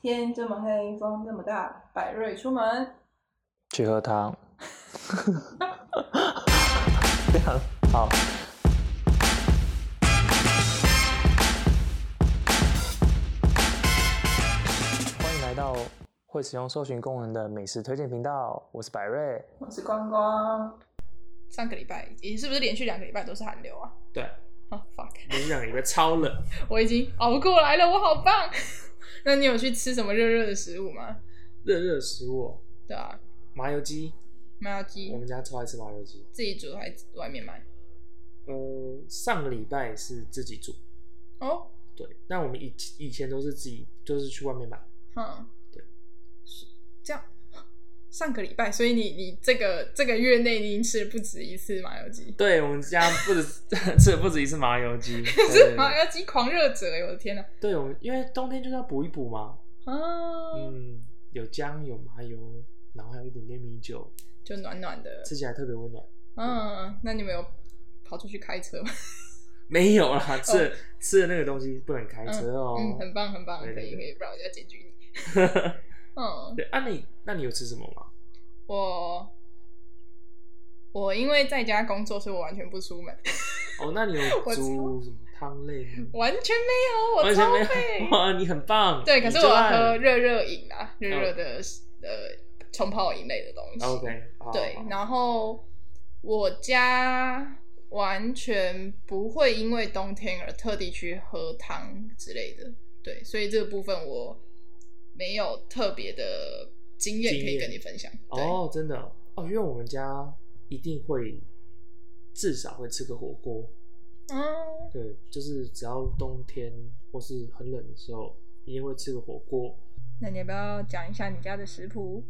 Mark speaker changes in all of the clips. Speaker 1: 天这么黑，风这么大，百瑞出门。
Speaker 2: 去喝汤。 这样好。欢迎来到会使用搜寻功能的美食推荐频道，我是百瑞。
Speaker 1: 我是光光。上个礼拜，你是不是连续两个礼拜都是寒流啊？
Speaker 3: 对，
Speaker 1: 啊、fuck，
Speaker 3: 连续两个礼拜超冷，
Speaker 1: 我已经熬过来了，我好棒。那你有去吃什么热热的食物吗？
Speaker 3: 热热的食物哦，
Speaker 1: 对啊，
Speaker 3: 麻油鸡，
Speaker 1: 麻油
Speaker 3: 我
Speaker 1: 鸡
Speaker 3: 们家超爱吃麻油鸡。
Speaker 1: 自己煮还是外面买？
Speaker 3: 呃，上个礼拜是自己煮，
Speaker 1: 哦，
Speaker 3: 对，但我们以以前都是自己，就是去外面买。
Speaker 1: 哼，
Speaker 3: 对
Speaker 1: 是这样。上个礼拜，所以你你这个这个月内你已经吃了不止一次麻油鸡，
Speaker 3: 对，我们家不止 吃了不止一次麻油鸡，对对
Speaker 1: 是
Speaker 3: 对
Speaker 1: 麻油鸡狂热者，哎我的天哪！
Speaker 3: 对，我们因为冬天就是要补一补嘛，
Speaker 1: 啊，
Speaker 3: 嗯，有姜有麻油，然后还有一点点米酒，
Speaker 1: 就暖暖的。
Speaker 3: 吃起来特别温暖。
Speaker 1: 嗯，那你们有跑出去开车吗？
Speaker 3: 没有啦，吃了、吃的那个东西不能开车哦。
Speaker 1: 哦嗯，很棒很棒，可
Speaker 3: 对对
Speaker 1: 以可
Speaker 3: 对
Speaker 1: 以，不然我就要检举 你。嗯，
Speaker 3: 对，啊你那你有吃什么吗？
Speaker 1: 我我因为在家工作，所以我完全不出门，
Speaker 3: 哦，那你有
Speaker 1: 我
Speaker 3: 煮什么汤类吗？
Speaker 1: 完全没有，我
Speaker 3: 完全
Speaker 1: 超
Speaker 3: 没
Speaker 1: 废
Speaker 3: 有，。哇，你很棒。
Speaker 1: 对，可
Speaker 3: 你
Speaker 1: 是
Speaker 3: 就
Speaker 1: 我
Speaker 3: 爱哦
Speaker 1: 喝热热饮啊，热热的呃冲泡饮类的东西。
Speaker 3: OK，好
Speaker 1: 对
Speaker 3: 好，好
Speaker 1: 然后我家完全不会因为冬天而特地去喝汤之类的，对，所以这个部分我没有特别的经验
Speaker 3: 经
Speaker 1: 可
Speaker 3: 验
Speaker 1: 以跟你分享。对，
Speaker 3: 哦，真的哦，哦因为我们家一定会至少会吃个火锅，
Speaker 1: 嗯
Speaker 3: 对，就是只要冬天或是很冷的时候，一定会吃个火锅。
Speaker 1: 那你要不要讲一下你家的食谱？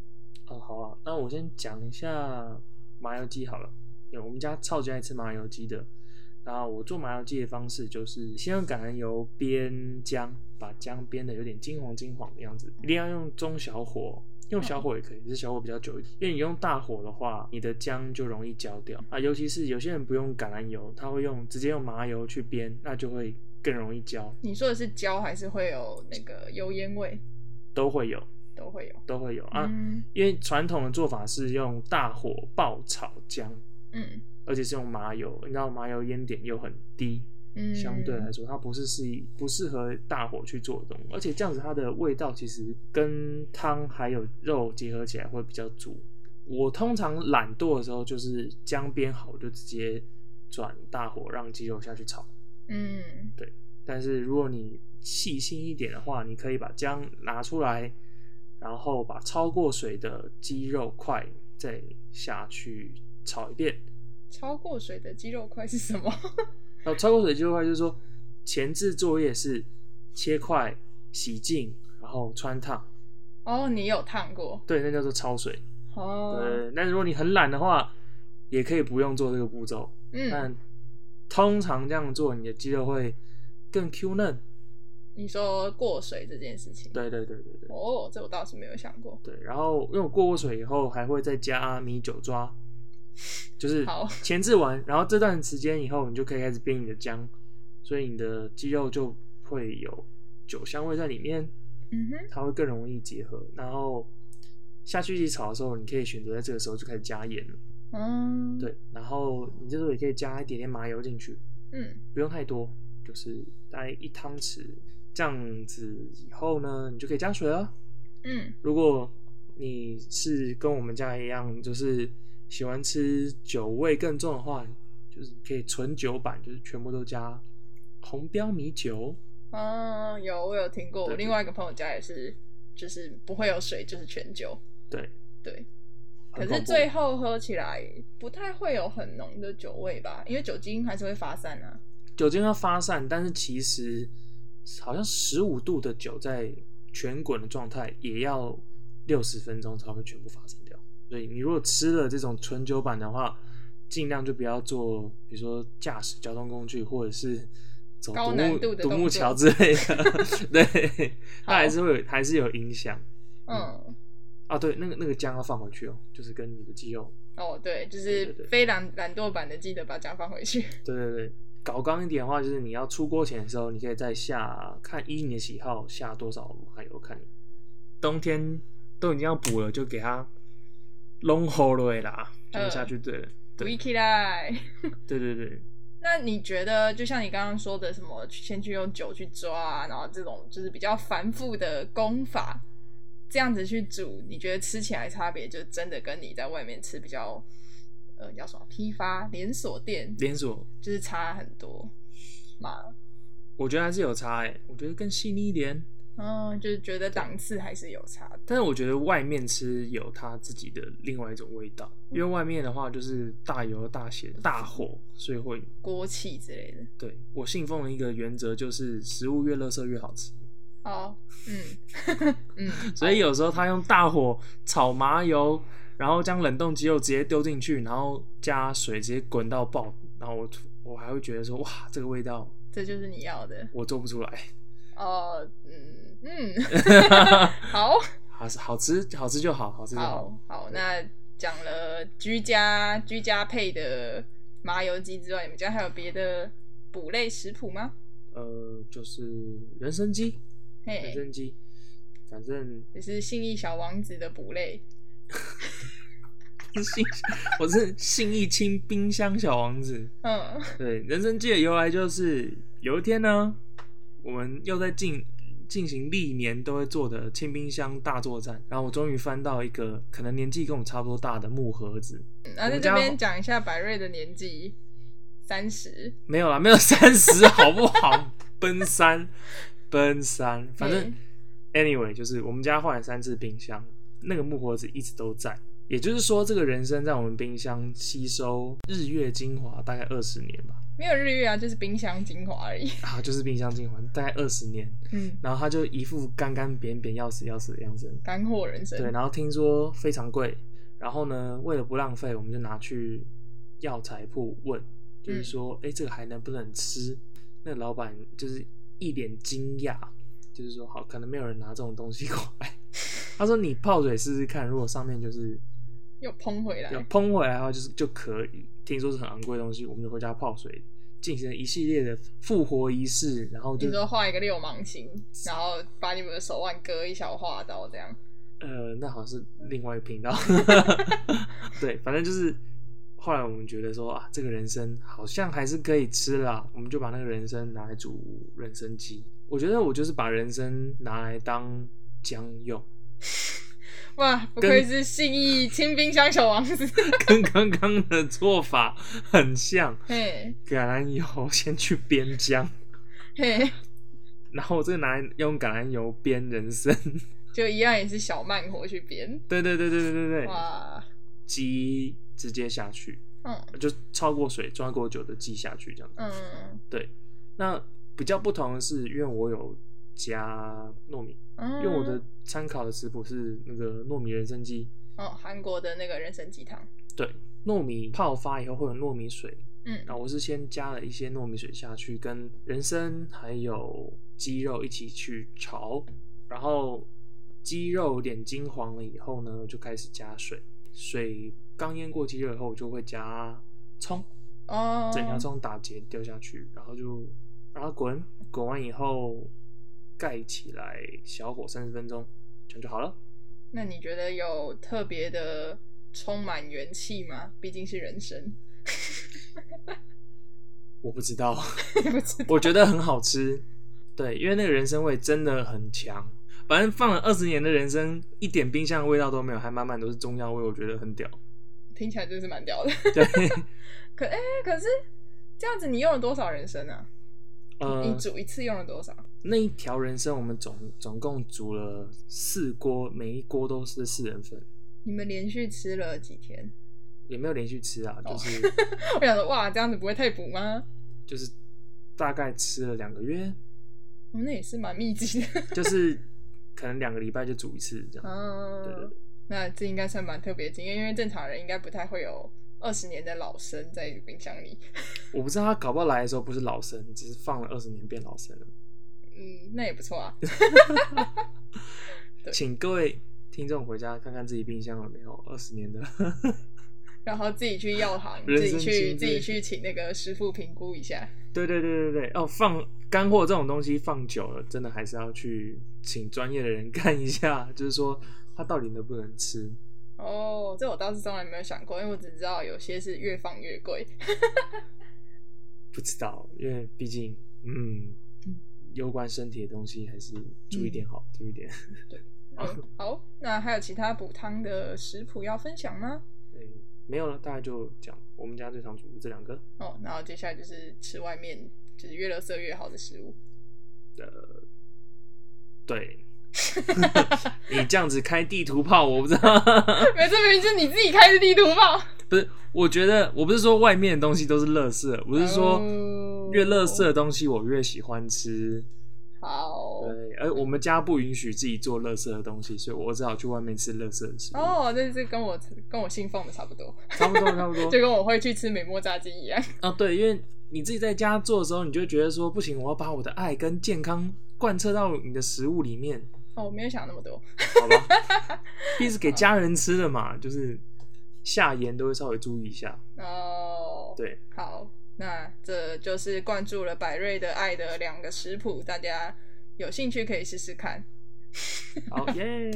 Speaker 3: 哦，好啊，那我先讲一下麻油鸡好了。对，我们家超级爱吃麻油鸡的。然后我做麻油鸡的方式就是先用橄榄油煸姜，把姜煸的有点金黄金黄的样子，一定要用中小火，用小火也可以，只是小火比较久一点。因为你用大火的话，你的姜就容易焦掉啊。尤其是有些人不用橄榄油，他会用直接用麻油去煸，那就会更容易焦，
Speaker 1: 你说的是焦还是会有那个油烟味？
Speaker 3: 都会有，
Speaker 1: 都会有。
Speaker 3: 都会有啊。
Speaker 1: 嗯
Speaker 3: 因为传统的做法是用大火爆炒姜，
Speaker 1: 嗯
Speaker 3: 而且是用麻油，你知道麻油烟点又很低，
Speaker 1: 嗯，
Speaker 3: 相对来说它不是适宜不适合大火去做的东西，而且这样子它的味道其实跟汤还有肉结合起来会比较足。我通常懒惰的时候，就是姜煸好我就直接转大火让鸡肉下去炒。
Speaker 1: 嗯
Speaker 3: 但是如果你细心一点的话，你可以把姜拿出来，然后把超过水的鸡肉块再下去炒一遍。
Speaker 1: 超过水的鸡肉块是什么？
Speaker 3: 然后超过水鸡肉块就是说，前置作业是切块、洗净，然后穿烫，
Speaker 1: 哦，你有烫过
Speaker 3: 对，那叫做焯水。
Speaker 1: 哦？
Speaker 3: 对，但如果你很懒的话，也可以不用做这个步骤。
Speaker 1: 嗯，
Speaker 3: 但通常这样做，你的鸡肉会更 Q 嫩。
Speaker 1: 你说过水这件事情，
Speaker 3: 对对对对对。
Speaker 1: 哦，这我倒是没有想过。
Speaker 3: 对，然后因为我过过水以后，还会再加米酒抓，就是
Speaker 1: 好
Speaker 3: 前置完，然后这段时间以后，你就可以开始煸你的姜，所以你的鸡肉就会有酒香味在里面，
Speaker 1: 嗯哼，
Speaker 3: 它会更容易结合。然后下去一起炒的时候，你可以选择在这个时候就开始加盐了。
Speaker 1: 嗯，，
Speaker 3: 对，然后你这时候也可以加一点点麻油进去，
Speaker 1: 嗯
Speaker 3: 不用太多，就是大概一汤匙。这样子以后呢，你就可以加水了。
Speaker 1: 嗯
Speaker 3: 如果你是跟我们家一样，就是喜欢吃酒味更重的话，就是可以纯酒版，就是全部都加红标米酒。
Speaker 1: 啊，有我有听过，
Speaker 3: 对
Speaker 1: 我
Speaker 3: 对
Speaker 1: 另外一个朋友家也是，就是不会有水，就是全酒。
Speaker 3: 对
Speaker 1: 对，可
Speaker 3: 很
Speaker 1: 是
Speaker 3: 恐怖
Speaker 1: 最后喝起来不太会有很浓的酒味吧？因为酒精还是会发散啊。
Speaker 3: 酒精要发散，但是其实好像十五度的酒在全滚的状态也要六十分钟才会全部发散掉。所以你如果吃了这种纯酒版的话，尽量就不要做，比如说驾驶交通工具或者是走
Speaker 1: 高
Speaker 3: 独
Speaker 1: 难
Speaker 3: 木
Speaker 1: 度的
Speaker 3: 独
Speaker 1: 动
Speaker 3: 木
Speaker 1: 作
Speaker 3: 桥之类的。 对，它还是会有还是有影响
Speaker 1: 嗯，
Speaker 3: 啊。对，那个那个姜要放回去哦，就是跟你的肌肉，
Speaker 1: 哦，对，就
Speaker 3: 对
Speaker 1: 是
Speaker 3: 对对
Speaker 1: 非懒懒惰版的，记得把姜放回去。
Speaker 3: 对对对。搞刚一点的话，就是你要出锅前的时候，你可以再下看依你的喜好下多少麻油，看冬天都已经要补了，就给它弄好了啦，就下去对了。对
Speaker 1: Wiki 来。
Speaker 3: 对对对，
Speaker 1: 那你觉得，就像你刚刚说的，什么先去用酒去抓啊，然后这种就是比较繁复的功法，这样子去煮，你觉得吃起来差别就真的跟你在外面吃比较，呃，叫什么批发连锁店，
Speaker 3: 连锁
Speaker 1: 就是差很多嘛？
Speaker 3: 我觉得还是有差哎、我觉得更细腻一点，
Speaker 1: 嗯，就是觉得档次还是有差的。
Speaker 3: 但是我觉得外面吃有它自己的另外一种味道，因为外面的话就是大油大咸大火，所以会
Speaker 1: 锅气之类的。
Speaker 3: 对我信奉的一个原则就是食物越垃圾越好吃，
Speaker 1: 好，嗯 嗯，
Speaker 3: 所以有时候他用大火炒麻油，然后将冷冻鸡肉直接丢进去，然后加水直接滚到爆，然后我我还会觉得说哇这个味道
Speaker 1: 这就是你要的。
Speaker 3: 我做不出来，
Speaker 1: 哦，嗯嗯， 好。
Speaker 3: 好吃好吃好吃就好，好吃就好
Speaker 1: 好。好，那讲了居家居家配的麻油鸡之外，你们家还有别的补类食谱吗？
Speaker 3: 呃，就是人参鸡，人
Speaker 1: 嘿，
Speaker 3: 参鸡，反正
Speaker 1: 也是信义小王子的补类。
Speaker 3: 是信，我是信义清冰箱小王子。
Speaker 1: 嗯，
Speaker 3: 对，人参鸡的由来就是有一天呢，我们又在进进行历年都会做的清冰箱大作战，然后我终于翻到一个可能年纪跟我们差不多大的木盒子，
Speaker 1: 那在
Speaker 3: 们
Speaker 1: 这
Speaker 3: 家
Speaker 1: 边讲一下百瑞的年纪，三十。
Speaker 3: 没有啦，没有三十，好不好？奔三，奔三，反正 anyway 就是我们家换了三次冰箱，那个木盒子一直都在。也就是说，这个人参在我们冰箱吸收日月精华大概二十年吧，
Speaker 1: 没有日月啊，就是冰箱精华 而已。
Speaker 3: 啊，就是冰箱精华大概二十年，
Speaker 1: 嗯，
Speaker 3: 然后他就一副干干扁扁、要死要死的样子。
Speaker 1: 干货人
Speaker 3: 对，
Speaker 1: 生。
Speaker 3: 然后听说非常贵，然后呢，为了不浪费，我们就拿去药材铺问，就是说，哎、这个还能不能吃？那老板就是一脸惊讶，就是说，好，可能没有人拿这种东西过来。他说：“你泡水试试看，如果上面就是
Speaker 1: 又喷回来
Speaker 3: 有。喷回来的话，就是就可以。听说是很昂贵的东西，我们就回家泡水，进行了一系列的复活仪式，然后就
Speaker 1: 你说画一个六芒星，然后把你们的手腕割一小划刀，这样。
Speaker 3: 呃，那好像是另外一个 频道。对，反正就是后来我们觉得说啊，这个人参好像还是可以吃啦，我们就把那个人参拿来煮人参鸡。我觉得我就是把人参拿来当姜用，
Speaker 1: 哇，不愧是信义清冰箱小王子。
Speaker 3: 跟刚刚的做法很像。
Speaker 1: 嘿，
Speaker 3: 橄榄油 先去煸姜，
Speaker 1: 嘿，
Speaker 3: 然后我这个拿来用橄榄油煸人参。
Speaker 1: 就一样也是小慢活去编。
Speaker 3: 对对对对对对对，
Speaker 1: 哇，
Speaker 3: 鸡直接下去，
Speaker 1: 嗯
Speaker 3: 就超过水、抓过酒的鸡下去这样子。
Speaker 1: 嗯
Speaker 3: 对，那比较不同的是，因为我有加糯米，
Speaker 1: 嗯，
Speaker 3: 因为我的参考的食谱是那个糯米人参鸡，
Speaker 1: 哦韩国的那个人参鸡汤，
Speaker 3: 对，糯米泡发以后会有糯米水，
Speaker 1: 嗯
Speaker 3: 那我是先加了一些糯米水下去，跟人参还有鸡肉一起去炒，然后鸡肉有点金黄了以后呢，就开始加水，水刚腌过鸡肉以后，我就会加葱。
Speaker 1: 哦，
Speaker 3: 整条葱打结丢下去，然后就让它滚，滚完以后盖起来，小火三十分钟，这样就好了。
Speaker 1: 那你觉得有特别的充满元气吗？毕竟是人参，
Speaker 3: 我不知 道，
Speaker 1: 不知道
Speaker 3: 我觉得很好吃，对，因为那个人参味真的很强。反正放了二十年的人参，一点冰箱的味道都没有，还满满都是中药味，我觉得很屌。
Speaker 1: 听起来真是蛮屌的。
Speaker 3: 对，
Speaker 1: 可哎、可是这样子你用了多少人参啊？
Speaker 3: 呃
Speaker 1: 你，煮一次用了多少？
Speaker 3: 那一条人参我们总总共煮了四锅，每一锅都是四人份，
Speaker 1: 你们连续吃了几天？
Speaker 3: 也没有连续吃啊，
Speaker 1: 哦
Speaker 3: 就是、
Speaker 1: 我想说，哇，这样子不会太补吗？
Speaker 3: 就是大概吃了两个月，
Speaker 1: 我们那也是蛮密集的。
Speaker 3: 就是可能两个礼拜就煮一次这样。对对
Speaker 1: 嗯，那这应该算蛮特别的经验，因为正常人应该不太会有二十年的老参在冰箱里。
Speaker 3: 我不知道他搞不好来的时候不是老生，只是放了二十年变老生了。
Speaker 1: 嗯，那也不错 啊。
Speaker 3: 请各位听众回家看看自己冰箱有没有二十年的
Speaker 1: 然后自己去药行，
Speaker 3: 人
Speaker 1: 自己
Speaker 3: 生
Speaker 1: 去
Speaker 3: 清
Speaker 1: 自
Speaker 3: 单
Speaker 1: 己去请那个师傅评估一下。
Speaker 3: 对对对对对，哦，放干货这种东西放久了，真的还是要去请专业的人 看一下，就是说它到底能不能吃。
Speaker 1: 哦，这我倒是从来没有想过，因为我只知道有些是越放越 贵。
Speaker 3: 不知道，因为毕竟，嗯
Speaker 1: 嗯，
Speaker 3: 有关身体的东西还是注意点好，注意点。
Speaker 1: 嗯，好，那还有其他补汤的食谱要分享吗？
Speaker 3: 嗯，没有了，大概就讲我们家最常煮的这两个。
Speaker 1: 哦，然后接下来就是吃外面就是越垃圾越好的食 物。
Speaker 3: 对，你这样子开地图炮，我不知道，
Speaker 1: 没哎事，明明是你自己开的地图炮。
Speaker 3: 不是，我觉得我不是说外面的东西都是垃圾，我是说
Speaker 1: 哦
Speaker 3: 越垃圾的东西我越喜欢吃。
Speaker 1: 好。
Speaker 3: 对，而我们家不允许自己做垃圾的东西，所以我只好去外面吃垃圾的食物。
Speaker 1: 哦，这是跟我跟我信奉的差不多，
Speaker 3: 差不多，差 不多，
Speaker 1: 就跟我会去吃美墨炸鸡一样。
Speaker 3: 啊，对，因为你自己在家做的时候，你就会觉得说不行，我要把我的爱跟健康贯彻到你的食物里面，
Speaker 1: 哦，我没有想那么多。
Speaker 3: 好吧？ 毕竟是给家人吃的嘛，就是下盐都会稍微注意一下。
Speaker 1: 哦，
Speaker 3: 对，
Speaker 1: 好，那这就是灌注了百瑞的爱的两个食谱，大家有兴趣可以试试看。
Speaker 3: 好耶！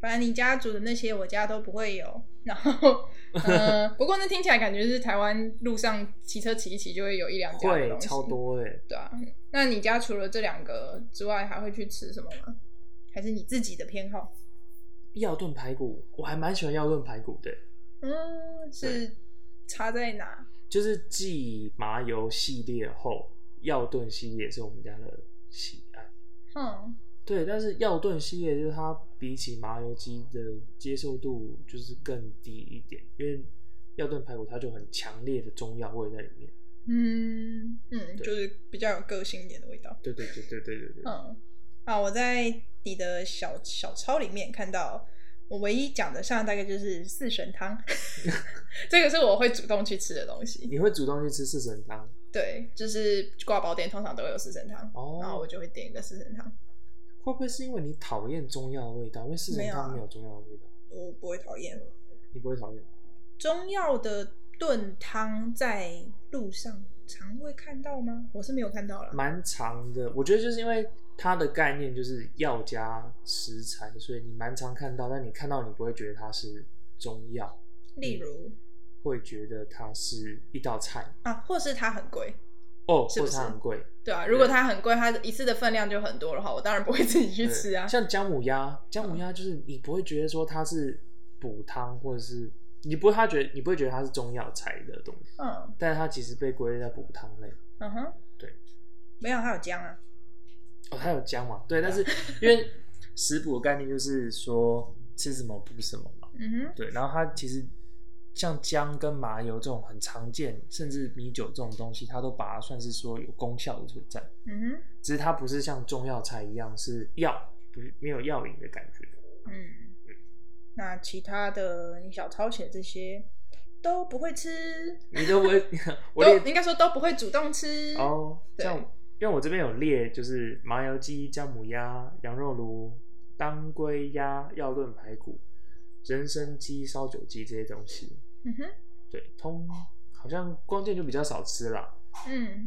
Speaker 1: 反正你家煮的那些，我家都不会有。然后， 呃，不过那听起来感觉是台湾路上骑车骑一骑就会有一两家的
Speaker 3: 会
Speaker 1: 东西，
Speaker 3: 超。多哎，
Speaker 1: 对啊，那你家除了这两个之外，还会去吃什么吗？还是你自己的偏好？
Speaker 3: 药炖排骨，我还蛮喜欢药炖排骨的，
Speaker 1: 嗯，是差在哪？
Speaker 3: 就是继麻油系列后，药炖系列是我们家的喜爱。
Speaker 1: 嗯，
Speaker 3: 对，但是药炖系列就是它比起麻油鸡的接受度就是更低一点，因为药炖排骨它就很强烈的中药味在里面。
Speaker 1: 嗯嗯，
Speaker 3: 对
Speaker 1: 就是比较有个性一点的味道。
Speaker 3: 对对对对对对对，
Speaker 1: 嗯，啊，我在你的小小抄里面看到，我唯一讲得上大概就是四神 汤，这个是我会主动去吃的东西。
Speaker 3: 你会主动去吃四神汤
Speaker 1: 对，就是挂包店通常都会有四神汤，然后
Speaker 3: 哦
Speaker 1: 我？就会点一个四神汤。
Speaker 3: 会不会是因为你讨厌中药的味道？因为四神
Speaker 1: 没有啊
Speaker 3: 汤没有中药的味道，
Speaker 1: 我不会讨厌
Speaker 3: 你不会讨厌？
Speaker 1: 中药的炖汤，在路上常会看到吗？我是没有看到啦。
Speaker 3: 蛮长的，我觉得就是因为它的概念就是药加食材，所以你蛮常看到，但你看到你不会觉得它是中药，
Speaker 1: 例如
Speaker 3: 会觉得它是一道菜
Speaker 1: 啊，或是它很贵，
Speaker 3: 哦，
Speaker 1: 是
Speaker 3: 或
Speaker 1: 不
Speaker 3: 者它
Speaker 1: 是
Speaker 3: 很贵。
Speaker 1: 对啊，如果它很贵，它一次的分量就很多的话，我当然不会自己去
Speaker 3: 对
Speaker 1: 吃啊。
Speaker 3: 像姜母鸭，姜母鸭就是你不会觉得说它是补汤，或者是你不会他觉得你不会觉得它是中药材的东西，
Speaker 1: 嗯
Speaker 3: 但是它其实被归类在补汤类。
Speaker 1: 嗯哼，
Speaker 3: 对，
Speaker 1: 没有，它有姜啊。
Speaker 3: 哦，它有姜嘛？对，但是因为食补的概念就是说吃什么补什么嘛。
Speaker 1: 嗯哼，
Speaker 3: 对，然后它其实像姜跟麻油这种很常见，甚至米酒这种东西，它都把它算是说有功效的存在，
Speaker 1: 嗯哼，
Speaker 3: 只是它不是像中药材一样是药，不是没有药引的感觉。
Speaker 1: 嗯。那其他的你小抄写这些都不会吃，
Speaker 3: 你 都不会，我
Speaker 1: 都
Speaker 3: 也
Speaker 1: 应该说都不会主动吃。
Speaker 3: 哦，
Speaker 1: 对
Speaker 3: 像因为我这边有列，就是麻油鸡、姜母鸭、羊肉炉、当归鸭、药炖排骨、人参鸡、烧酒鸡这些东西，
Speaker 1: 嗯哼，
Speaker 3: 对，通好像光剑就比较少吃啦。
Speaker 1: 嗯。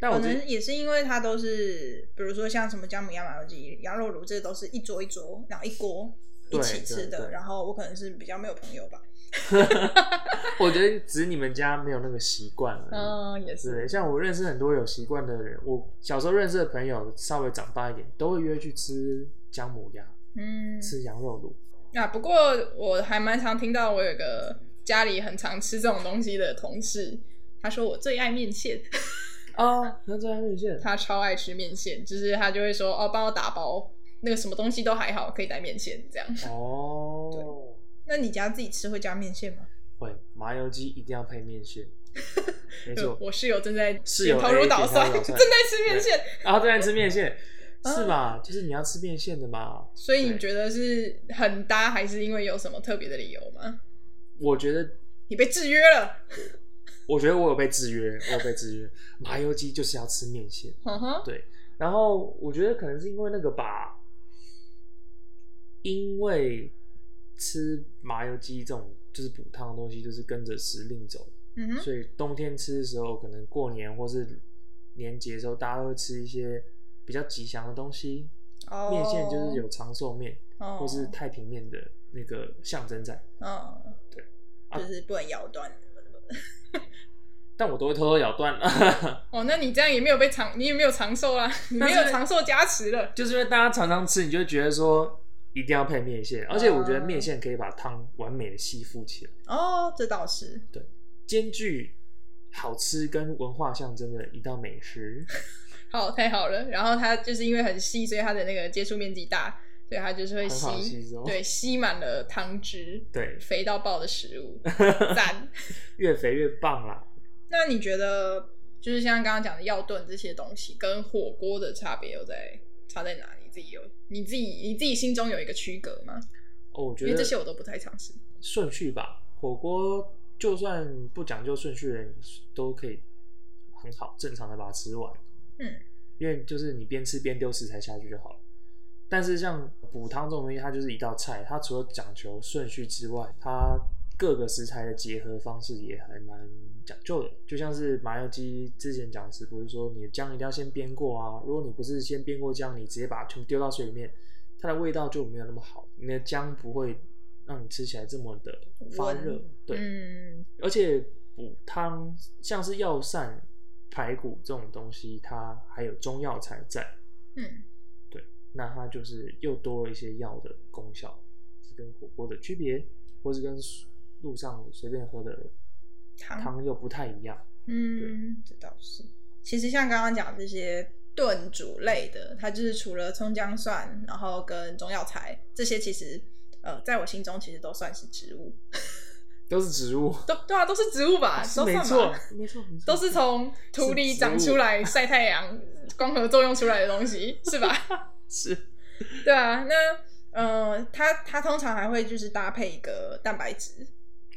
Speaker 3: 但
Speaker 1: 可
Speaker 3: 我觉得
Speaker 1: 能也是因为它都是，比如说像什么姜母鸭、麻油鸡、羊肉炉，这都是一桌一桌，然后一锅一
Speaker 3: 对
Speaker 1: 起吃
Speaker 3: 对
Speaker 1: 的。
Speaker 3: 对
Speaker 1: 然后我可能是比较没有朋友吧。
Speaker 3: 我觉得只是你们家没有那个习惯而已。
Speaker 1: 嗯，也
Speaker 3: 对，像我认识很多有习惯的人，我小时候认识的朋友，稍微长大一点，都会约去吃姜母鸭、
Speaker 1: 嗯，
Speaker 3: 吃羊肉炉。
Speaker 1: 啊，不过我还蛮常听到我有个家里很常吃这种东西的同事，他说我最爱面线，
Speaker 3: 哦，那这样路线，
Speaker 1: 嗯他超爱吃面线，就是他就会说哦，帮我打包那个什么东西都还好，可以带面线这样。
Speaker 3: 哦，
Speaker 1: 那你家自己吃会加面线吗？
Speaker 3: 会麻油鸡一定要配 面线，没
Speaker 1: 就
Speaker 3: 错。
Speaker 1: 我室友正在
Speaker 3: 室友
Speaker 1: 点头
Speaker 3: A，
Speaker 1: 如
Speaker 3: 点
Speaker 1: 捣
Speaker 3: 头
Speaker 1: 蒜，
Speaker 3: 如捣
Speaker 1: 正
Speaker 3: 蒜
Speaker 1: 在吃面线，
Speaker 3: 然后再来吃面线，
Speaker 1: 啊
Speaker 3: 是吧？就是你要吃面线的嘛。
Speaker 1: 所以你
Speaker 3: 对
Speaker 1: 觉得是很搭，还是因为有什么特别的理由吗？
Speaker 3: 我觉得，
Speaker 1: 你被制约了？
Speaker 3: 我觉得我有被制约，我有被制约。麻油鸡就是要吃面线。
Speaker 1: 哼嗯哼，
Speaker 3: 对，然后我觉得可能是因为那个吧，因为吃麻油鸡这种就是补汤的东西，就是跟着时令走，
Speaker 1: 嗯哼，
Speaker 3: 所以冬天吃的时候，可能过年或是年节的时候，大家都会吃一些比较吉祥的东西。
Speaker 1: 哦，
Speaker 3: 面线就是有长寿面
Speaker 1: 哦，
Speaker 3: 或是太平面的那个象征在，
Speaker 1: 嗯，
Speaker 3: 对，啊
Speaker 4: 就是不能咬断。
Speaker 3: 但我都会偷偷咬断。
Speaker 1: 哦，那你这样也没有被长，你也没有长寿啦，你没有长寿加持了。
Speaker 3: 就是因为大家常常吃，你就会觉得说一定要配面线，而且我觉得
Speaker 1: 啊
Speaker 3: 面线可以把汤完美的吸附起来，
Speaker 4: 哦，这倒是。
Speaker 3: 兼具好吃跟文化象征的一道美食。
Speaker 1: 好，太好了。然后它就是因为很细，所以它的那个接触面积大，所以它就是会
Speaker 3: 很好
Speaker 1: 吸，
Speaker 3: 吸收
Speaker 1: 对，吸满了汤汁，
Speaker 3: 对
Speaker 1: 肥到爆的食 物，赞。
Speaker 3: 越肥越棒啦！
Speaker 1: 那你觉得，就是像刚刚讲的药炖这些东西，跟火锅的差别又在差在哪里？你自己有你自己你自己心中有一个区隔吗？
Speaker 3: 哦，我
Speaker 1: 因
Speaker 3: 觉
Speaker 1: 为
Speaker 3: 得
Speaker 1: 这些我都不太尝试。
Speaker 3: 顺序吧，火锅就算不讲究顺序的人都可以很好正常的把它吃完。
Speaker 1: 嗯，
Speaker 3: 因为就是你边吃边丢食材下去就好了。但是像补汤这种东西，它就是一道菜，它除了讲求顺序之外，它各个食材的结合方式也还蛮讲究的。就像是麻油鸡之前讲是，不是说你的姜一定要先煸过啊？如果你不是先煸过姜，你直接把它全部丢到水里面，它的味道就没有那么好，你的姜不会让你吃起来这么的发热
Speaker 4: 温。
Speaker 3: 对，
Speaker 1: 嗯，
Speaker 3: 而且补汤像是药膳、排骨这种东西，它还有中药材在，
Speaker 1: 嗯，
Speaker 3: 对，那它就是又多了一些药的功效，是跟火锅的区别，或是跟路上随便喝的
Speaker 1: 汤
Speaker 3: 汤又不太一样。
Speaker 1: 嗯，
Speaker 4: 这倒是。其实像刚刚讲这些炖煮类的，它就是除了葱姜蒜，然后跟中药材这些，其实呃，在我心中其实都算是植物，
Speaker 3: 都是植物，
Speaker 1: 都对啊，都是植物吧，
Speaker 3: 是
Speaker 1: 都
Speaker 3: 没
Speaker 1: 算
Speaker 3: 错
Speaker 1: 吧，，
Speaker 3: 没错，没错
Speaker 1: 都是从土里
Speaker 3: 是植物
Speaker 1: 长出 来晒太阳光合作用出来的东西，是吧？
Speaker 3: 是
Speaker 1: 对啊，那
Speaker 4: 呃，它它通常还会就是搭配一个蛋白质，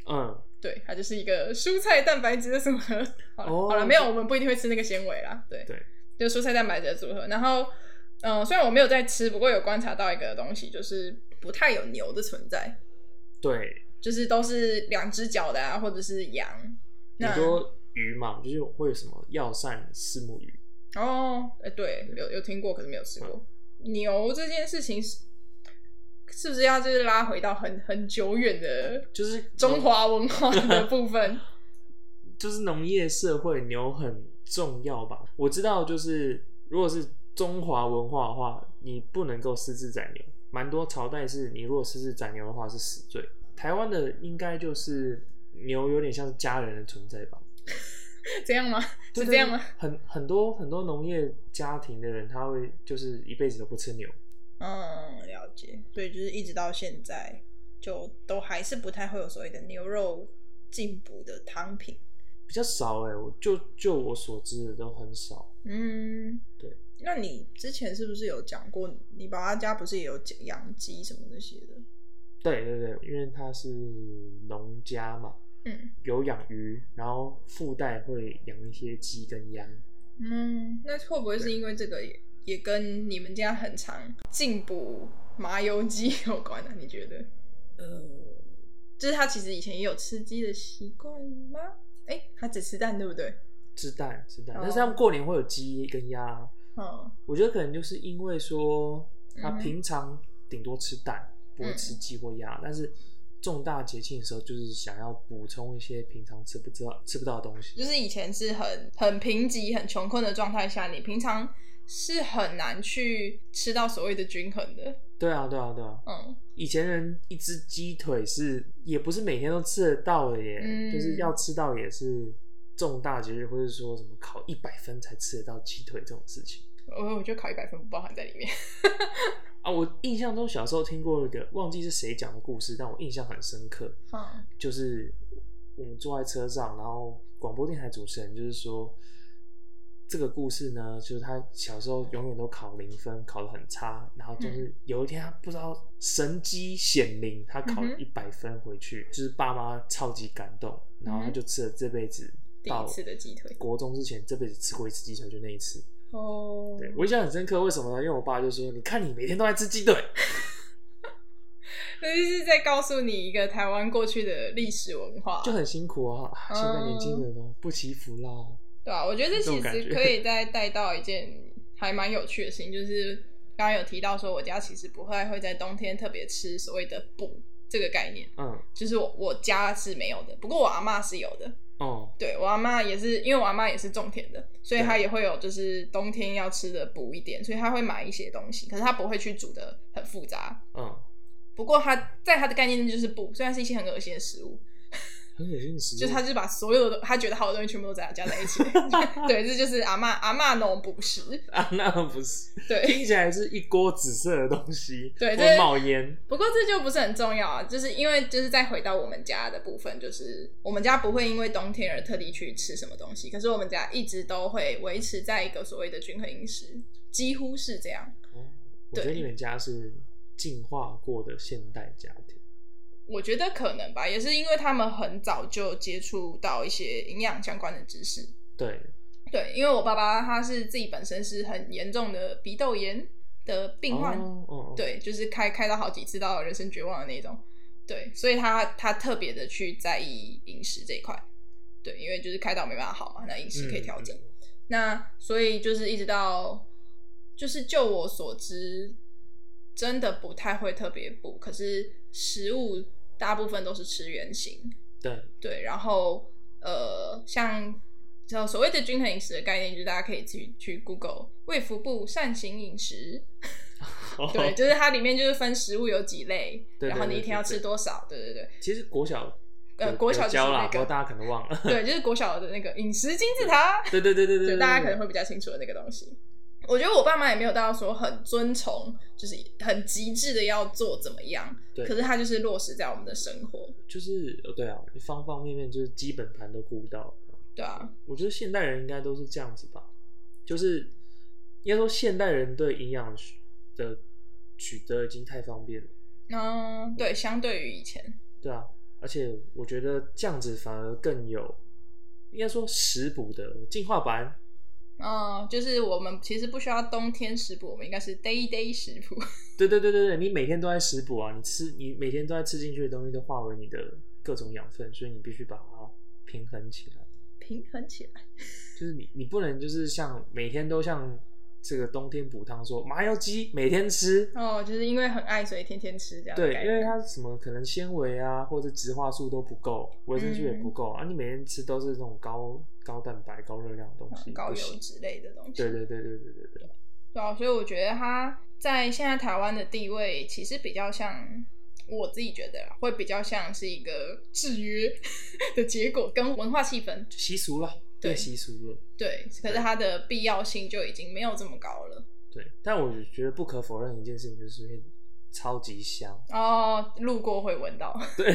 Speaker 3: 嗯，
Speaker 1: 对，它就是一个蔬菜蛋白质的组合。好了，
Speaker 3: 哦
Speaker 1: 好了，没有，我们不一定会吃那个纤维啦。对，
Speaker 3: 对，
Speaker 1: 就蔬菜蛋白质的组合。然后，嗯、虽然我没有在吃，不过有观察到一个东西，就是
Speaker 4: 不太有牛的存在，
Speaker 3: 对，
Speaker 1: 就是都是两只脚的啊，或者是羊。那
Speaker 3: 很多鱼嘛，就是会有什么药膳虱目鱼，
Speaker 1: 哦，哎、对，有有听过，可是没有吃过。牛这件事情是是不是要就是拉回到很很久远的
Speaker 3: 就是
Speaker 1: 中华文化的部分？
Speaker 3: 就是农业社会牛很重要吧？我知道，就是如果是中华文化的话，你不能够私自宰牛，蛮多朝代是你如果私自宰牛的话是死罪。台湾的应该就是牛有点像是家人的存在吧？
Speaker 1: 这样吗？
Speaker 3: 对
Speaker 1: 是这
Speaker 3: 对
Speaker 1: 样吗？
Speaker 3: 很很多很多农业家庭的人，他会就是一辈子都不吃牛。
Speaker 4: 嗯，了解。所以就是一直到现在，就都还是不太会有所谓的牛肉进补的汤品。
Speaker 3: 比较少哎、我就就我所知的都很少。
Speaker 4: 嗯，
Speaker 3: 对。
Speaker 4: 那你之前是不是有讲过，你爸爸家不是也有养鸡什么那些的？
Speaker 3: 对对对，因为他是农家嘛，
Speaker 1: 嗯，
Speaker 3: 有养鱼，然后附带会养一些鸡跟鸭。
Speaker 1: 嗯，
Speaker 4: 那会不会是因为这个也也跟你们家很常进补麻油鸡有关啊呢、你觉得？呃，就是他其实以前也有吃鸡的习惯吗？哎、他只吃蛋对不对？
Speaker 3: 吃蛋，吃蛋，
Speaker 4: 哦
Speaker 3: 但是他们过年会有鸡跟鸭，啊
Speaker 4: 嗯，
Speaker 3: 我觉得可能就是因为说他
Speaker 4: 嗯哼嗯
Speaker 3: 平常顶多吃蛋，不会吃鸡或鸭，但是重大节庆的时候就是想要补充一些平常吃不到吃不到的东西。
Speaker 4: 就是以前是很很贫瘠、很穷困的状态下，你平常是很难去吃到所谓的均衡的。
Speaker 3: 对啊，对啊，对啊，
Speaker 4: 嗯，
Speaker 3: 以前人一只鸡腿是也不是每天都吃得到的耶，
Speaker 4: 嗯
Speaker 3: 就是要吃到也是重大节日或者说什么考一百分才吃得到鸡腿这种事情。
Speaker 1: 我我觉得考一百分不包含在里面。
Speaker 3: 啊，我印象中小时候听过一个忘记是谁讲的故事，但我印象很深刻，
Speaker 4: 嗯，
Speaker 3: 就是我们坐在车上，然后广播电台主持人就是说，这个故事呢，就是他小时候永远都考零分，考得很差，然后
Speaker 1: 嗯
Speaker 3: 就是有一天他不知道神机显灵，他考
Speaker 1: 嗯
Speaker 3: 了
Speaker 1: 哼
Speaker 3: 一百分回去，就是爸妈超级感动，然后他就吃了这辈子
Speaker 1: 嗯第
Speaker 3: 到
Speaker 1: 一次的鸡腿
Speaker 3: 国中之前这辈子吃过一次鸡腿，就那一次。
Speaker 1: 哦
Speaker 3: 对我印象很深刻，为什么呢？因为我爸就说：“你看你每天都在吃鸡腿。”
Speaker 1: 那就是在告诉你一个台湾过去的历史文化，
Speaker 3: 就很辛苦啊！啊现在年轻人
Speaker 1: 嗯
Speaker 3: 哦，不祈福啦。
Speaker 1: 对啊，我觉得这
Speaker 3: 这
Speaker 1: 其
Speaker 3: 种感
Speaker 1: 实
Speaker 3: 觉
Speaker 1: 可以再带到一件还蛮有趣的事情，就是刚刚有提到说，我家其实不太会在冬天特别吃所谓的补这个概念，
Speaker 3: 嗯，
Speaker 1: 就是我我家是没有的，不过我阿妈是有的。
Speaker 3: 哦，
Speaker 1: 对我阿妈也是，因为我阿妈也是种田的，所以
Speaker 3: 对
Speaker 1: 她也会有就是冬天要吃的补一点，所以她会买一些东西，可是她不会去煮的很复杂。
Speaker 3: 嗯，
Speaker 1: 不过她在她的概念就是补，虽然是一些很恶心的食物，
Speaker 3: 很恶心的食物。
Speaker 1: 就是她就是把所有的她觉得好的东西全部都在加在一起。 对，这就是阿妈阿妈那种补食。
Speaker 3: 啊，那不是，
Speaker 1: 对，
Speaker 3: 听起来是一锅紫色的东西，
Speaker 1: 哎 对
Speaker 3: 会
Speaker 1: 这
Speaker 3: 冒烟。
Speaker 1: 不过这就不是很重要啊，就是因为就是再回到我们家的部分，就是我们家不会因为冬天而特地去吃什么东西，可是我们家一直都会维持在一个所谓的均衡饮食，几乎是这样。
Speaker 3: 哦，我觉得
Speaker 1: 对
Speaker 3: 你们家是进化过的现代家庭。
Speaker 1: 我觉得可能吧，也是因为他们很早就接触到一些营养相关的知识。
Speaker 3: 对，
Speaker 1: 对，因为我爸爸他是自己本身是很严重的鼻窦炎的病患，
Speaker 3: 哦哦，哦，
Speaker 1: 对，就是开开到好几次到人生绝望的那种，对，所以他他特别的去在意饮食这一块，对，因为就是开刀没办法好嘛，那饮食可以调整，
Speaker 3: 嗯
Speaker 1: 那所以就是一直到，就是就我所知，真的不太会特别补，可是食物大部分都是吃原形，
Speaker 3: 对，
Speaker 1: 对，然后呃，像叫所谓的均衡饮食的概念，就是大家可以去去 Google 卫福部善行饮食，对，就是它里面就是分食物有几类，
Speaker 3: 哦对对
Speaker 1: 然后你
Speaker 3: 对
Speaker 1: 一天要
Speaker 3: 对
Speaker 1: 吃
Speaker 3: 对
Speaker 1: 多少，对对对
Speaker 3: 其实国小
Speaker 1: 呃
Speaker 3: 有
Speaker 1: 国
Speaker 3: 有
Speaker 1: 小就是
Speaker 3: 教
Speaker 1: 那
Speaker 3: 啦，
Speaker 1: 个
Speaker 3: 不过大家可能忘了。
Speaker 1: 对，就是国小的那个饮食金字塔，
Speaker 3: 对对对对对
Speaker 1: 就
Speaker 3: 对，
Speaker 1: 大家可
Speaker 3: 对
Speaker 1: 能会比较清楚的那个东西。我觉得我爸妈也没有到说很遵从，就是很极致的要做怎么样，
Speaker 3: 对
Speaker 1: 可是它就是落实在我们的生活，
Speaker 3: 就是呃对啊，方方面面就是基本盘都顾到。
Speaker 1: 对啊，
Speaker 3: 我觉得现代人应该都是这样子吧，就是应该说现代人对营养的取得已经太方便了，
Speaker 1: 嗯，对，相对于以前，
Speaker 3: 对啊，而且我觉得这样子反而更有，应该说食补的进化版。
Speaker 1: 嗯，就是我们其实不需要冬天食谱，我们应该是 day day 食谱。
Speaker 3: 对对对对对，你每天都在食补啊，你吃你每天都在吃进去的东西都化为你的各种养分，所以你必须把它平衡起来。
Speaker 4: 平衡起来。
Speaker 3: 就是你你不能就是像每天都像这个冬天补汤说麻油鸡每天吃，
Speaker 1: 哦，就是因为很爱，所以天天吃这样的
Speaker 3: 对，
Speaker 1: 概
Speaker 3: 因
Speaker 1: 念。
Speaker 3: 为它什么可能纤维啊或者植化素都不够，维生素也
Speaker 1: 嗯
Speaker 3: 不够、啊，你每天吃都是这种高高蛋白高热量的东西，
Speaker 1: 嗯高
Speaker 3: 不
Speaker 1: 油
Speaker 3: 行。
Speaker 1: 脂类的东西。
Speaker 3: 对对对对对对对，
Speaker 1: 对啊，所以我觉得它在现在台湾的地位，其实比较像我自己觉得啦会比较像是一个制约 的结果，跟文化气氛。
Speaker 3: 习俗了，
Speaker 1: 对
Speaker 3: 对习俗了。
Speaker 1: 对，可是它的必要性就已经没有这么高了。
Speaker 3: 对，但我觉得不可否认一件事情就是会超级香，
Speaker 1: 哦，路过会闻到，
Speaker 3: 对，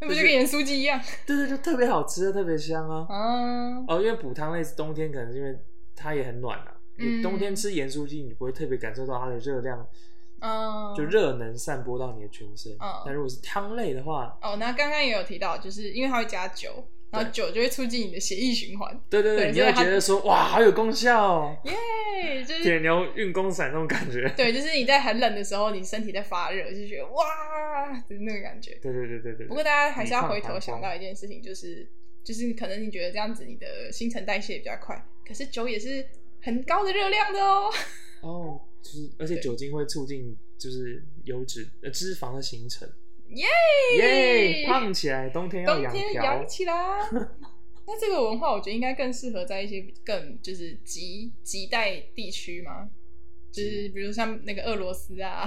Speaker 1: 那不
Speaker 3: 就
Speaker 1: 就是跟盐酥鸡一样？
Speaker 3: 对对，就特别好吃，特别香啊。
Speaker 1: 啊，
Speaker 3: 哦，因为补汤类似冬天，可能是因为它也很暖啊。
Speaker 1: 嗯
Speaker 3: 你冬天吃盐酥鸡，你不会特别感受到它的热量，
Speaker 1: 嗯，
Speaker 3: 就热能散播到你的全身。
Speaker 1: 嗯
Speaker 3: 但如果是汤类的话，
Speaker 1: 哦，那刚刚也有提到，就是因为它会加酒，然后
Speaker 3: 对
Speaker 1: 酒就会促进你的血液循环，
Speaker 3: 对对
Speaker 1: 对
Speaker 3: 对，你
Speaker 1: 所以
Speaker 3: 会
Speaker 1: 它
Speaker 3: 觉得说哇，好有功效哦，
Speaker 1: 对，就是
Speaker 3: 铁牛运功散那种感觉。
Speaker 1: 对，就是你在很冷的时候，你身体在发热，就觉得哇，就是那个感觉。
Speaker 3: 对对对对对。
Speaker 1: 不过大家还是要回
Speaker 3: 抵抗
Speaker 1: 头
Speaker 3: 寒
Speaker 1: 想到一件事情，就是就是可能你觉得这样子你的新陈代谢比较快，可是酒也是很高的热量的哦。
Speaker 3: 风哦，就是而且酒精会促进就是油脂呃脂肪的形成。
Speaker 1: 耶
Speaker 3: 耶，胖起来，冬天要
Speaker 1: 冬
Speaker 3: 养
Speaker 1: 天
Speaker 3: 条
Speaker 1: 养。起来。那这个文化，我觉得应该更适合在一些更就是极极带地区嘛，就是比如像那个俄罗斯啊、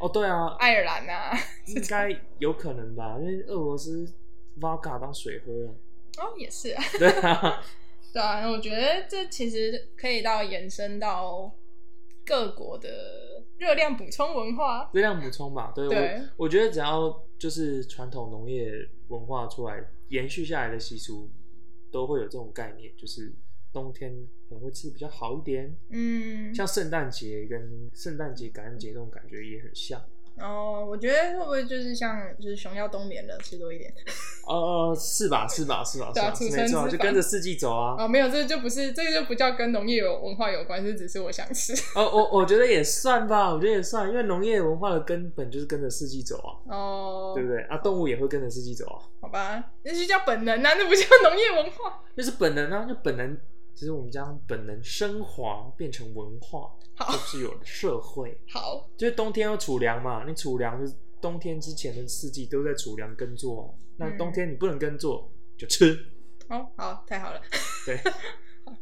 Speaker 3: 哦，对啊，
Speaker 1: 爱尔兰啊，
Speaker 3: 应该有可能吧，因为俄罗斯 vodka 当水喝啊。
Speaker 1: 哦也是啊，
Speaker 3: 对啊，
Speaker 1: 对啊，我觉得这其实可以到延伸到各国的热量补充文化。
Speaker 3: 热量补充吧。对
Speaker 1: 对
Speaker 3: 我，我觉得只要就是传统农业文化出来延续下来的习俗，都会有这种概念，就是冬天可能会吃比较好一点，
Speaker 1: 嗯，
Speaker 3: 像圣诞节跟圣诞节、感恩节这种感觉也很像。
Speaker 1: 然后我觉得会不会就是像就是熊要冬眠了，吃多一点？
Speaker 3: 哦哦，是吧？是吧？是吧？是
Speaker 5: 对啊
Speaker 3: 吧？是
Speaker 5: 土
Speaker 3: 没
Speaker 5: 生
Speaker 3: 错，
Speaker 5: 之
Speaker 3: 就
Speaker 5: 法
Speaker 3: 跟着四季走啊。
Speaker 5: 哦，没有，这就不是，这就不叫跟农业有文化有关，这只是我想吃。
Speaker 3: 哦，我我觉得也算吧，我觉得也算，因为农业文化的根本就是跟着四季走啊，
Speaker 5: 哦，
Speaker 3: 对不对？啊，动物也会跟着四季走啊，
Speaker 5: 好吧，那就叫本能啊，那不叫农业文化。
Speaker 3: 那是本能啊，就本能，其实我们将本能升华变成文化，
Speaker 5: 好
Speaker 3: 就是有了社会。
Speaker 5: 好，
Speaker 3: 就是冬天要储粮嘛，你储粮就是冬天之前的四季都在储粮耕作哦，那
Speaker 5: 嗯
Speaker 3: 冬天你不能耕作就吃，
Speaker 5: 哦，好，太好了，
Speaker 3: 对，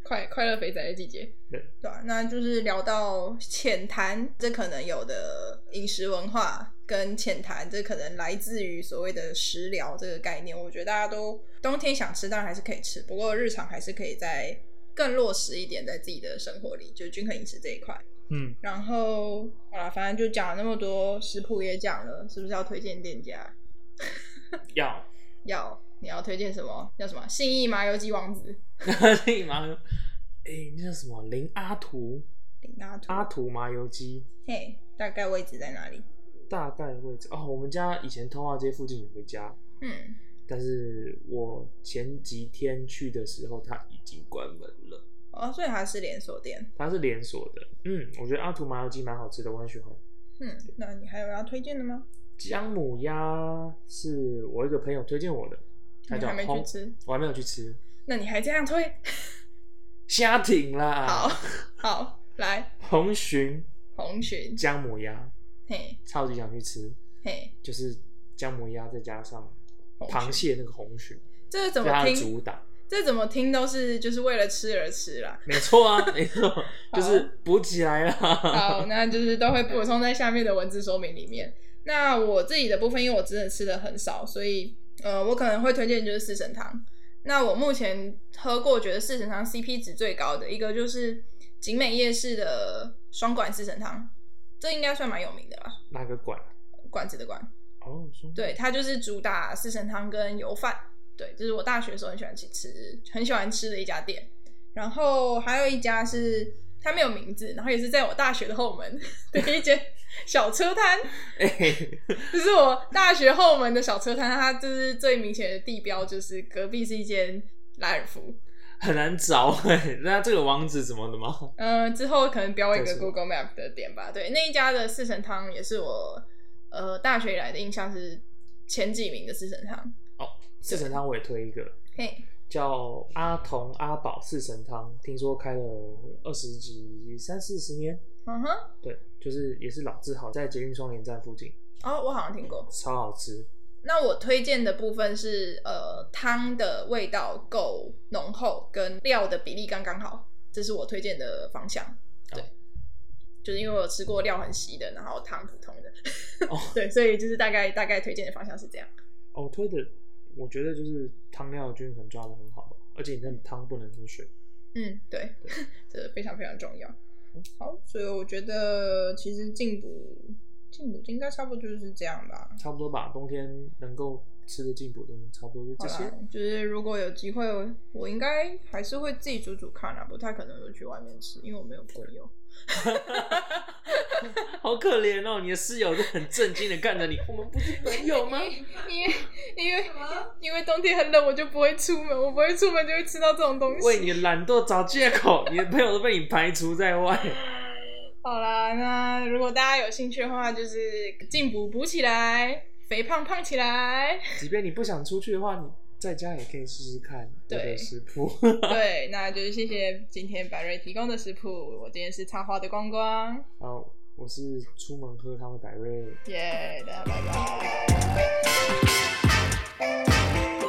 Speaker 5: 快快乐肥仔的季节。
Speaker 1: 对啊，那就是聊到浅谈，这可能有的饮食文化跟浅谈，这可能来自于所谓的食疗这个概念。我觉得大家都冬天想吃，当然还是可以吃，不过日常还是可以再更落实一点，在自己的生活里，就是均衡饮食这一块。
Speaker 3: 嗯，
Speaker 1: 然后好啦，反正就讲了那么多，食谱也讲了，是不是要推荐店家？
Speaker 3: 要，
Speaker 1: 要你要推荐什么？叫什么？信义麻油鸡王子
Speaker 3: 所以麻油，哎、那叫什么林阿图
Speaker 1: 林大图，
Speaker 3: 阿图麻油鸡，
Speaker 1: 嘿，大概位置在哪里？
Speaker 3: 大概位置哦，我们家以前通化街附近有个家，
Speaker 1: 嗯，
Speaker 3: 但是我前几天去的时候，它已经关门了。
Speaker 1: 哦，所以它是连锁店。
Speaker 3: 它是连锁的，嗯，我觉得阿图麻油鸡蛮好吃的，我很喜欢。
Speaker 1: 嗯，那你还有要推荐的吗？
Speaker 3: 姜母鸭是我一个朋友推荐我的，他
Speaker 1: 你
Speaker 3: 叫
Speaker 1: 还没去
Speaker 3: 烘
Speaker 1: 吃，
Speaker 3: 我还没有去吃
Speaker 1: 那你还这样推？
Speaker 3: 虾艇啦。
Speaker 1: 好，好，来
Speaker 3: 红鲟
Speaker 1: 红鲟，
Speaker 3: 姜母鸭
Speaker 1: 嘿，
Speaker 3: 超级想去吃，
Speaker 1: 嘿，
Speaker 3: 就是姜母鸭再加上
Speaker 1: 红鲟
Speaker 3: 螃蟹那个红鲟，
Speaker 1: 这个怎
Speaker 3: 是
Speaker 1: 么
Speaker 3: 它的主
Speaker 1: 听？
Speaker 3: 打。
Speaker 1: 这怎么听都是就是为了吃而吃啦。
Speaker 3: 没错 啊，没错，就是补起来
Speaker 5: 好，
Speaker 3: 了。
Speaker 5: 那就是都会补充在下面的文字说明里面。
Speaker 1: 那我自己的部分，因为我真的吃的很少，所以呃，我可能会推荐就是四神汤。那我目前喝过，觉得四神汤 CP 值最高的一个就是景美夜市的双管四神汤，这应该算蛮有名的吧，
Speaker 3: 哪个馆？
Speaker 1: 管子的管。
Speaker 3: 哦，松
Speaker 1: 对，它就是主打四神汤跟油饭。对，这是我大学的时候很喜欢去吃，很喜欢吃的一家店。然后还有一家是它没有名字，然后也是在我大学的后门 的一间小车摊，
Speaker 3: 哎、
Speaker 1: 这是我大学后门的小车摊。它就是最明显的地标，就是隔壁是一间莱尔夫。
Speaker 3: 很难找哎、那这个网址怎么的吗？
Speaker 1: 嗯，之后可能标一
Speaker 3: 再
Speaker 1: 个
Speaker 3: 说
Speaker 1: Google Map 的点吧。对，那一家的四神汤也是我呃大学以来的印象是前几名的四神汤。
Speaker 3: 四神汤我也推一个，
Speaker 1: 嘿，
Speaker 3: 叫阿童阿宝四神汤，听说开了二十几三四十年，
Speaker 1: 嗯哼。
Speaker 3: 对，就是也是老字号，在捷运双连站附近，
Speaker 1: 哦，我好像听过。
Speaker 3: 超好吃。
Speaker 1: 那我推荐的部分是，呃，汤的味道够浓厚，跟料的比例刚刚好，这是我推荐的方向。对，
Speaker 3: 哦
Speaker 1: 就是因为我有吃过料很稀的，然后汤普通的，
Speaker 3: 哦
Speaker 1: 对，所以就是大概大概推荐的方向是这样。
Speaker 3: 哦，推的我觉得就是汤料均衡抓的很好吧，而且你那汤不能很水。
Speaker 1: 嗯，对， 这非常非常重要。
Speaker 3: 嗯
Speaker 1: 好，所以我觉得其实进补进补应该差不多就是这样吧。
Speaker 3: 差不多吧，冬天能够吃的进补的东西，差不多就
Speaker 1: 好
Speaker 3: 这
Speaker 1: 啦
Speaker 3: 些。，
Speaker 1: 就是如果有机会，我应该还是会自己煮煮看啦，啊不太可能会去外面吃，因为我没有朋友。
Speaker 3: 好可怜哦，你的室友都很震惊的看着你， 我们不是朋友 吗？
Speaker 1: 因为因为因为冬天很冷，我就不会出门，我不会出门就会吃到这种东
Speaker 3: 为
Speaker 1: 西。
Speaker 3: 你的懒惰找借口，你的朋友都被你排除在外。
Speaker 1: 好啦，那如果大家有兴趣的话，就是进补补起来，肥胖胖起 来。
Speaker 3: 即便你不想出去的话，你在家也可以试试看我
Speaker 1: 对
Speaker 3: 的食谱。
Speaker 1: 对，那就是谢谢今天百瑞提供的食谱。我今天是插花的光光，
Speaker 3: 好，我是出门喝汤的百瑞。
Speaker 1: 耶、大家拜拜。